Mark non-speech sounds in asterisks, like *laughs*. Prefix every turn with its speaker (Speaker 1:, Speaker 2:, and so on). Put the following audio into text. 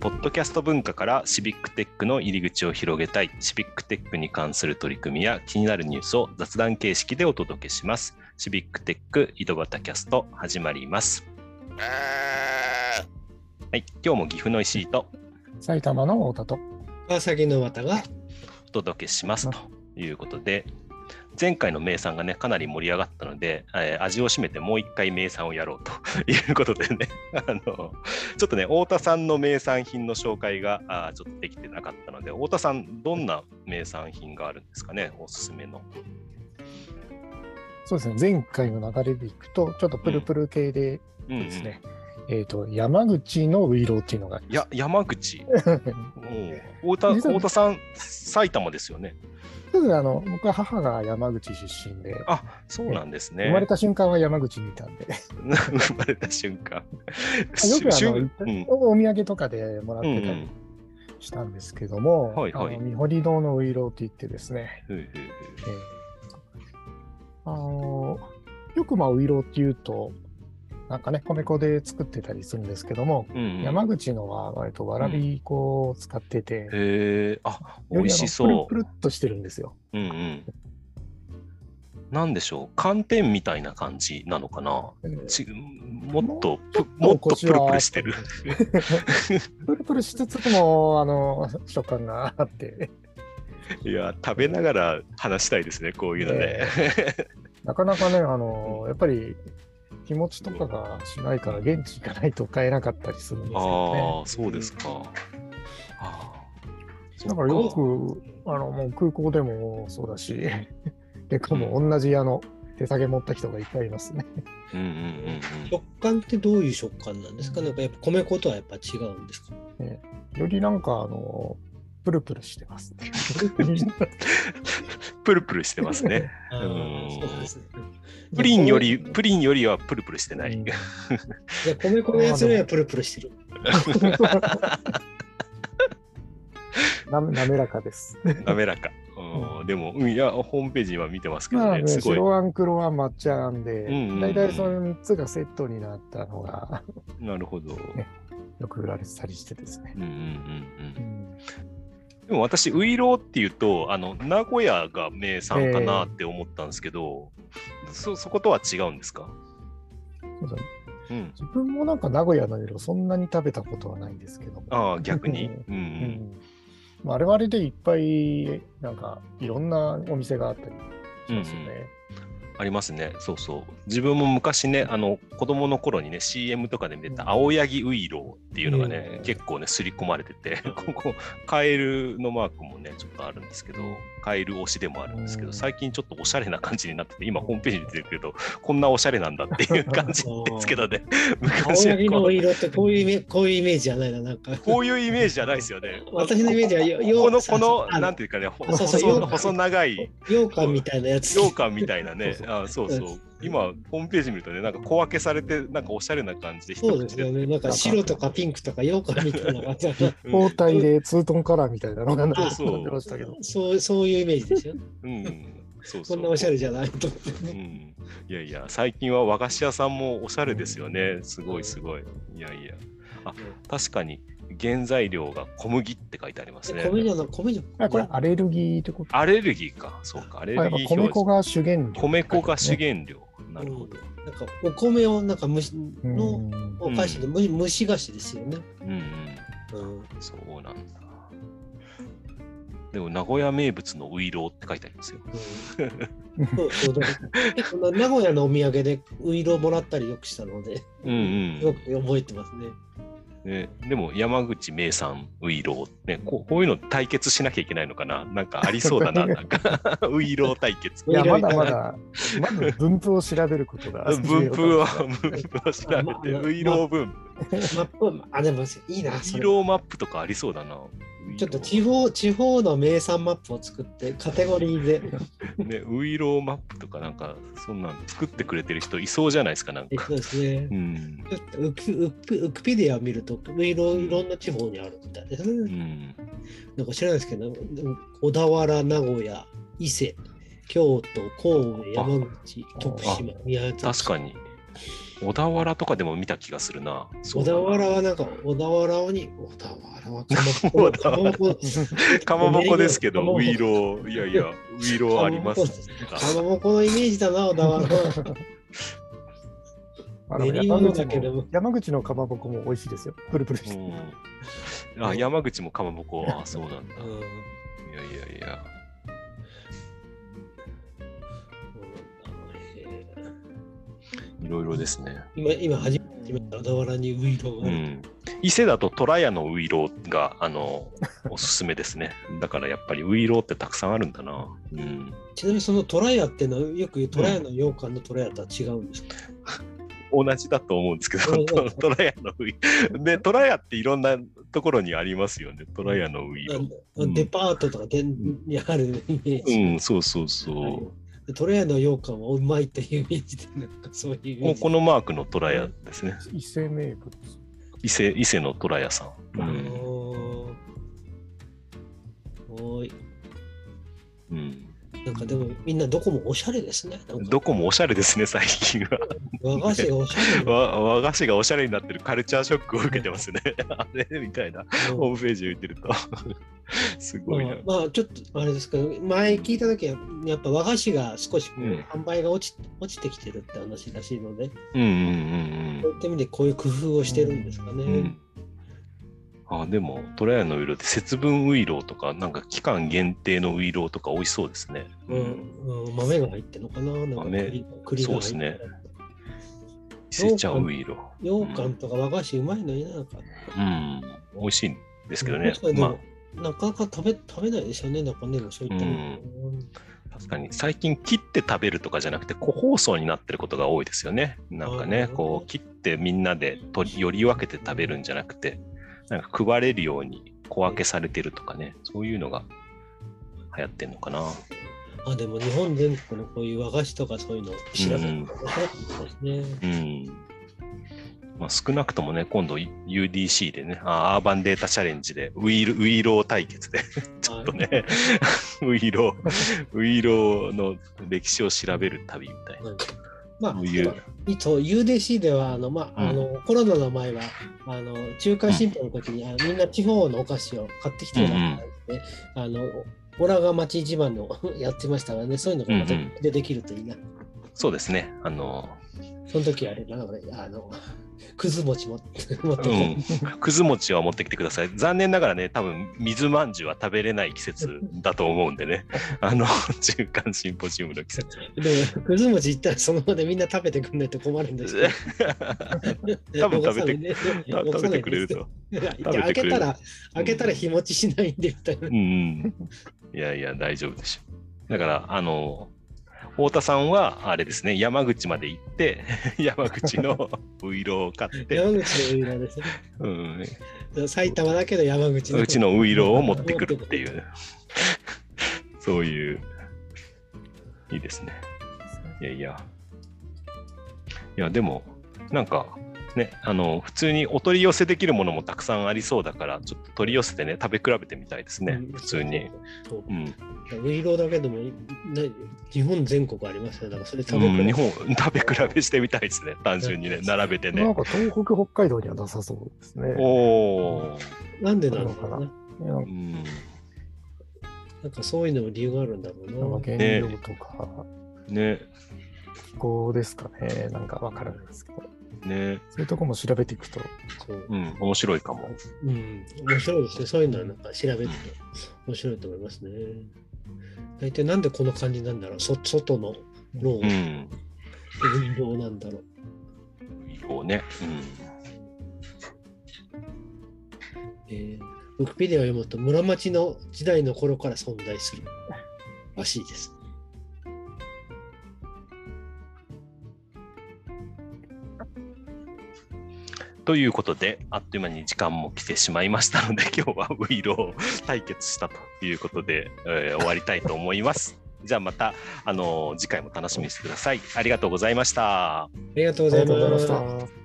Speaker 1: ポッドキャスト文化からシビックテックの入り口を広げたい、シビックテックに関する取り組みや気になるニュースを雑談形式でお届けします。シビックテック井戸端キャスト始まります。はい、今日も岐阜の石井と
Speaker 2: 埼玉の太田と。
Speaker 3: 川崎の綿が
Speaker 1: お届けしますということで、前回の名産がね、かなり盛り上がったので、えー味を占めてもう一回名産をやろうと *laughs* いうことでね、 *laughs* あの、ちょっとね、太田さんの名産品の紹介があーちょっとできてなかったので、太田さん、どんな名産品があるんですかね、おすすめの。
Speaker 2: そうですね、前回の流れでいくと、ちょっとプルプル系で
Speaker 1: うんうん
Speaker 2: ですね、えっ、と、山口のウイローっていうのがあり
Speaker 1: いや、山
Speaker 2: *laughs*
Speaker 1: 口。
Speaker 2: ます。
Speaker 1: おう太田
Speaker 2: 実は
Speaker 1: 太田さん、埼玉ですよね。
Speaker 2: とりあえずあの僕は母が山口出身で、
Speaker 1: あそうなんですね。
Speaker 2: 生まれた瞬間は山口にいたんで、よ
Speaker 1: *laughs* 生まれた瞬間。
Speaker 2: くあ
Speaker 1: しゅ
Speaker 2: の
Speaker 1: うん
Speaker 2: おお土産とかでもらっ
Speaker 1: うんう
Speaker 2: てたり
Speaker 1: ん
Speaker 2: したんですけども、
Speaker 1: はいはい
Speaker 2: あの三堀堂のウイローって言ってですね、
Speaker 1: ふうふう
Speaker 2: えーあのよくまあウイローっていうと、なんかね、米粉で作ってたりするんですけども、
Speaker 1: ふううんうん
Speaker 2: 山口のは割とわらび粉を使ってて、
Speaker 1: へえ、あ、美
Speaker 2: よりあの
Speaker 1: 味しそ
Speaker 2: プルプルっとしてるんですよ。
Speaker 1: う。うんうん。なんでしょう、寒天みたいな感じなのかな。ちもっとぷ、も
Speaker 2: も
Speaker 1: っ
Speaker 2: っ
Speaker 1: と
Speaker 2: と
Speaker 1: プルプルしてる。
Speaker 2: *laughs* プルプルしつつも、あの、食感があって、
Speaker 1: いや、食べながら話したいですね、こういうのね。
Speaker 2: なかなかね、あの、やっぱり日持ちとかがしないから、現地行かないと買えなかったりするんですよね。
Speaker 1: ああ、そうですか。あー
Speaker 2: だからよ
Speaker 1: そっ
Speaker 2: く、あの、もう空港でもそうだし、結構もう同じ、あの、手提げ持った人がいっぱいいますね。
Speaker 1: うんうんうんうん。
Speaker 3: 食感ってどういう食感なんですかなんかやっぱ米粉とはやっぱ違うんですか
Speaker 2: よりなんか、あの、プルプルしてます。 *laughs*
Speaker 1: プルプルしてます
Speaker 2: *laughs*
Speaker 1: ね。
Speaker 3: あーそうなんですね。
Speaker 1: *laughs* プリンより、プリンよりはプルプルして
Speaker 2: *laughs*
Speaker 1: ない。
Speaker 3: じゃあ米粉のやつよりはプルプルしてる。
Speaker 2: な滑らかです。
Speaker 1: 滑らか。うん、でも、うんいや、ホームページ今見て *laughs* ますけど
Speaker 2: まあ
Speaker 1: ね、
Speaker 2: ね、
Speaker 1: すごい。
Speaker 2: 白あん、黒あん、抹茶あんで、
Speaker 1: うんうんうん
Speaker 2: 大体その3つがセットになったのが *laughs*
Speaker 1: なるほど。
Speaker 2: よく売られてたりしてですね
Speaker 1: う。んうんうんうん。でも私、ウイローっていうと、あの、名古屋が名産かなって思ったんですけど、そ、そことは違うんですか
Speaker 2: そうそう
Speaker 1: うん。
Speaker 2: 自分もなんか名古屋の色そんなに食べたことはないんですけども、
Speaker 1: ああ、逆に。う
Speaker 2: うんんまあ、あれはあれでいっぱいなんかいろんなお店があったりしますよ
Speaker 1: う
Speaker 2: ね。
Speaker 1: んうん。ありますね。そうそう。自分も昔ね、あの、子供の頃にね、CM とかで見てた青柳ウイローっていうのがね
Speaker 2: う、ん
Speaker 1: 結構ね、刷り込まれてて、 *laughs* ここ、カエルのマークもね、ちょっとあるんですけど、カエル推しでもあるんですけ
Speaker 2: う
Speaker 1: ど、
Speaker 2: ん
Speaker 1: 最近ちょっとおしゃれな感じになってて、今ホームページに出てるけど、こんなおしゃれなんだっていう感じですけど
Speaker 3: *laughs*
Speaker 1: ね、
Speaker 3: 青
Speaker 1: 昔は
Speaker 3: 柳の
Speaker 1: こ
Speaker 3: お
Speaker 1: う
Speaker 3: 色ってこういうイメ *laughs* こういうイメージじゃないな、なんか。
Speaker 1: こういうイメージじゃないですよね。
Speaker 3: *laughs* 私のイメージはよよ
Speaker 1: この、
Speaker 3: さ
Speaker 1: この、
Speaker 3: あ
Speaker 1: なんていうかね、ほ
Speaker 3: そうそう
Speaker 1: 細
Speaker 3: よ
Speaker 1: 細長い
Speaker 3: 羊羹みたいなやつ。
Speaker 1: 羊羹みたいなね
Speaker 2: そう、
Speaker 1: あそうそうう。今、ホームページ見るとね、なんか小分けされて、なんかおしゃれな感じで、
Speaker 3: そうですよ
Speaker 1: ね。
Speaker 3: ね。なんか白とかピンクとか羊羹みたいな感じだな
Speaker 1: うん
Speaker 2: 包帯でツートンカラーみたいなのがな
Speaker 1: そう
Speaker 2: っ
Speaker 1: そう
Speaker 2: てましたけど。
Speaker 3: そうそういうイメージですよ。
Speaker 1: うん。そうそ
Speaker 3: こ
Speaker 1: う。
Speaker 3: んなおしゃれじゃないと思って
Speaker 1: う
Speaker 3: ね。
Speaker 1: ん。いやいや、最近は和菓子屋さんもおしゃれですよね。すごいすごい。いやいや。あ、確かに原材料が小麦って書いてありますね。
Speaker 3: 米じゃな米じゃ
Speaker 2: あこれアレルギーってこと
Speaker 1: アレルギーか。そうか、アレ
Speaker 2: あ
Speaker 1: ル
Speaker 2: やっぱ
Speaker 1: ギー
Speaker 2: 米
Speaker 1: 表
Speaker 2: 粉
Speaker 1: 示。
Speaker 2: が主原料って書いてある
Speaker 1: 米
Speaker 2: ね、
Speaker 1: 粉が主原料。なるほど。
Speaker 3: なんかお米をなんか虫
Speaker 2: う
Speaker 3: の
Speaker 2: ん
Speaker 3: お菓子で、む蒸し菓子ですよね。
Speaker 1: うんうん。
Speaker 3: うん、
Speaker 1: そうなんだ。でも名古屋名物のウイローって書いてありますよ。
Speaker 3: そうそうだその名古屋のお土産でウイロをもらったりよくしたので、
Speaker 1: うんうん
Speaker 3: よく覚えてますね。
Speaker 1: ね、でも山口名産ウイロー、ねこう、こういうの対決しなきゃいけないのかな、なんかありそうだ
Speaker 3: *laughs*
Speaker 1: な、なんか *laughs* ウイロー対決。
Speaker 2: いや、
Speaker 3: いろ
Speaker 2: ま
Speaker 3: いろ
Speaker 2: だまだ、まず分布を調べること *laughs* が。
Speaker 1: 分布を、分布を調
Speaker 3: まあ
Speaker 1: べて、
Speaker 3: まあ
Speaker 1: ウイロー分、
Speaker 3: マップ、あ、でもいいな、
Speaker 1: ウ
Speaker 3: そ
Speaker 1: イ
Speaker 3: れ
Speaker 1: ローマップとかありそうだな。
Speaker 3: ちょっと地方地方の名産マップを作って、カテゴリーで
Speaker 1: ね、ウイローマップとかなんか、そんなん作ってくれてる人いそうじゃないですか、なん
Speaker 3: い
Speaker 1: か
Speaker 3: く。ですね
Speaker 1: う。ん。
Speaker 3: ちょっとウクウクウクピディアを見ると、ウイロいろんな地方にあるみたいです
Speaker 1: う
Speaker 3: ね。
Speaker 1: ん。
Speaker 3: なんか知らないですけど、でも小田原、名古屋、伊勢、京都、神戸、山口、徳島、宮崎。
Speaker 1: 確かに。小田原とかでも見た気がするな。そう
Speaker 3: 小
Speaker 1: だ
Speaker 3: 田
Speaker 1: な
Speaker 3: 原はなんか、小田原に、小田原はかま
Speaker 1: *laughs*
Speaker 3: ぼこ
Speaker 1: 小田原
Speaker 3: かまぼこ
Speaker 1: かまぼこですけど、
Speaker 3: かまぼ
Speaker 1: ウ
Speaker 3: こ
Speaker 1: イロー、いやいや、ウイローありますか。
Speaker 3: かまぼこのイメージだな、小田原は。
Speaker 2: あでも
Speaker 3: 練り物だけど
Speaker 2: 山口の山口のかまぼこも美味しいですよ。プルプルして。
Speaker 1: うん、あ山口もかまぼこ、あそうなんだ。
Speaker 3: うん
Speaker 1: いや *laughs* いやいや。いろいろですね。
Speaker 3: 今、今初めて見た小田原にウイロ
Speaker 1: う
Speaker 3: ー
Speaker 1: ん。伊勢だと虎屋のウイローがあのおすすめですね。 *laughs* だからやっぱりウイローってたくさんあるんだな。うん。
Speaker 3: ちなみにそのトライアってのはよく言うトライアの羊羹のトライアとは違うんですか、
Speaker 1: 同じだと思うんですけど、
Speaker 3: うん
Speaker 1: トラヤのウイで、トラヤっていろんなところにありますよね。トラヤのウイロー。
Speaker 3: あ
Speaker 1: うん
Speaker 3: デパートとかでにあるイメージ、
Speaker 1: うん、そうそうそう。
Speaker 3: でトライアの羊羹はうまいというイメージでなんかそういうイメ
Speaker 1: も
Speaker 3: ー
Speaker 1: う
Speaker 3: ジ
Speaker 1: このマークのトラヤですね。
Speaker 2: 伊勢名物。
Speaker 1: 伊勢伊勢のトラヤさん。う
Speaker 3: あ
Speaker 1: ん
Speaker 3: のーおーい
Speaker 1: うん
Speaker 3: なんかでもみんなどこもおしゃれですね。なんか
Speaker 1: どこもおしゃれですね、最近は。
Speaker 3: 和菓子がおしゃ
Speaker 1: *laughs*
Speaker 3: れな。
Speaker 1: わ和菓子がおしゃれになってるカルチャーショックを受けてますね。あれみたいな。ホームページ見てると。 *laughs* すごいな。
Speaker 3: まあ、まあちょっとあれですけど前聞いた時はやっぱ和菓子が少しこう
Speaker 1: うん
Speaker 3: 販売が落ち,、落ちてきてるって話らしいので
Speaker 1: うんうん
Speaker 3: そういった意味でこういう工夫をしてるんですかね。
Speaker 1: うんうんうん。あでも、トラヤのウイローって節分ウイローとか、なんか期間限定のウイローとか美味しそうですね。
Speaker 3: うんうん、豆が入ってるのかななんか
Speaker 1: 豆
Speaker 3: 栗栗が
Speaker 1: そう
Speaker 3: 入って
Speaker 1: ですね
Speaker 3: ね。
Speaker 1: 伊勢茶ウイロ
Speaker 3: 羊羹とか和菓子うまいのにななんか。
Speaker 1: ー。うん。美味しいんですけどね
Speaker 3: 確かに。で
Speaker 1: ま
Speaker 3: も
Speaker 1: あ、
Speaker 3: なかなか食べ食べないですよね、なんかね、そういったの、
Speaker 1: 確かに最近切って食べるとかじゃなくて個包装になってることが多いですよね。なんか
Speaker 3: あ
Speaker 1: ね
Speaker 3: ー
Speaker 1: こう切ってみんなで取りより分けて食べるんじゃなくてなんか配れるように小分けされてるとかねそういうのが流行ってんのかな。
Speaker 3: あ、でも日本全国のこういう和菓子とかそういうの知らないからね。そうですね。
Speaker 1: うんまあ、少なくともね今度 UDC でねあーアーバンデータチャレンジでウイルウイロー対決で *laughs* ちょっとね *laughs* ウイローウイローの歴史を調べる旅みたいな。
Speaker 3: うんまあ
Speaker 1: そういう、
Speaker 3: いつも UDC ではあの、まあ、あのコロナの前はあの中間新報の時にあのみんな地方のお菓子を買ってきてもらったんで、あのオラが町自慢の *laughs* やってましたからね、そういうのがまた
Speaker 1: うんうん
Speaker 3: でできるといいな。
Speaker 1: そうですねあの
Speaker 3: その時あれだな、俺、あの、 *laughs* くず餅持って持ってきて、
Speaker 1: うん、くず餅は持ってきてください。残念ながらね、多分水まんじゅうは食べれない季節だと思うんでね、あの中間シンポジウムの季節。
Speaker 3: でもくず餅行ったらその場でみんな食べてくんないと困るんですよ。
Speaker 1: 多分食べて
Speaker 3: て
Speaker 1: た *laughs* 食べてくれると。
Speaker 3: い
Speaker 1: 食
Speaker 3: や
Speaker 1: べて
Speaker 3: 開
Speaker 1: くれる
Speaker 3: けたら、開けたら日持ちしないんでみたいな
Speaker 1: う。ん、いやいや、大丈夫でしょ。だから、あの、太田さんはあれですね、山口まで行って、 *laughs* 山口のウイローを買って、
Speaker 3: 山口のウイロですね。
Speaker 1: うん、
Speaker 3: 埼玉だけど山口
Speaker 1: うちのウイローを持ってくるってい。う、そういう、いいですね。いやいや。いや、でも、なんか、ね、あの、普通にお取り寄せできるものもたくさんありそうだから、ちょっと取り寄せてね、食べ比べてみたいですね、
Speaker 3: うん
Speaker 1: 普通に。。
Speaker 3: そう
Speaker 1: うん、
Speaker 3: ウイローだけでもな日本全国ありますよ。だからそれ
Speaker 1: う
Speaker 3: 食べ比べ
Speaker 1: ん、日本、 *laughs* 食べ比べしてみたいですね、単純にね、並べて
Speaker 2: なん
Speaker 1: ね。
Speaker 2: か東北、北海道にはなさそうですね。
Speaker 1: おー、
Speaker 3: なんでなのかな
Speaker 2: ななん
Speaker 1: う
Speaker 2: か
Speaker 1: ん、
Speaker 3: なんかそういうのも理由があるんだろうな。
Speaker 2: 原料とか、
Speaker 1: ね、
Speaker 2: 気候ですかね。なんかわからないですけど。
Speaker 1: ね、
Speaker 2: そういうとこも調べていくと、
Speaker 3: そう
Speaker 1: うん、面白いかも。
Speaker 3: うん、面白いですね。そういうのはなんか調べてて面白いと思いますね。大体なんでこの感じなんだろう。そ外のロ
Speaker 1: う
Speaker 3: ー
Speaker 1: ん、
Speaker 3: 運動なんだろう。
Speaker 1: ウイローね。うん
Speaker 3: えー、ウィキペディアを読むと村町の時代の頃から存在するらしいです。
Speaker 1: ということで、あっという間に時間も来てしまいましたので、今日はウイロを対決したということで、 *laughs* えー終わりたいと思います。じゃあまた、あのー次回も楽しみにしてください。ありがとうございました。
Speaker 3: ありがとうご
Speaker 2: あり
Speaker 3: ざい
Speaker 2: がとうござ
Speaker 3: ま
Speaker 2: いま
Speaker 3: し
Speaker 2: したた。。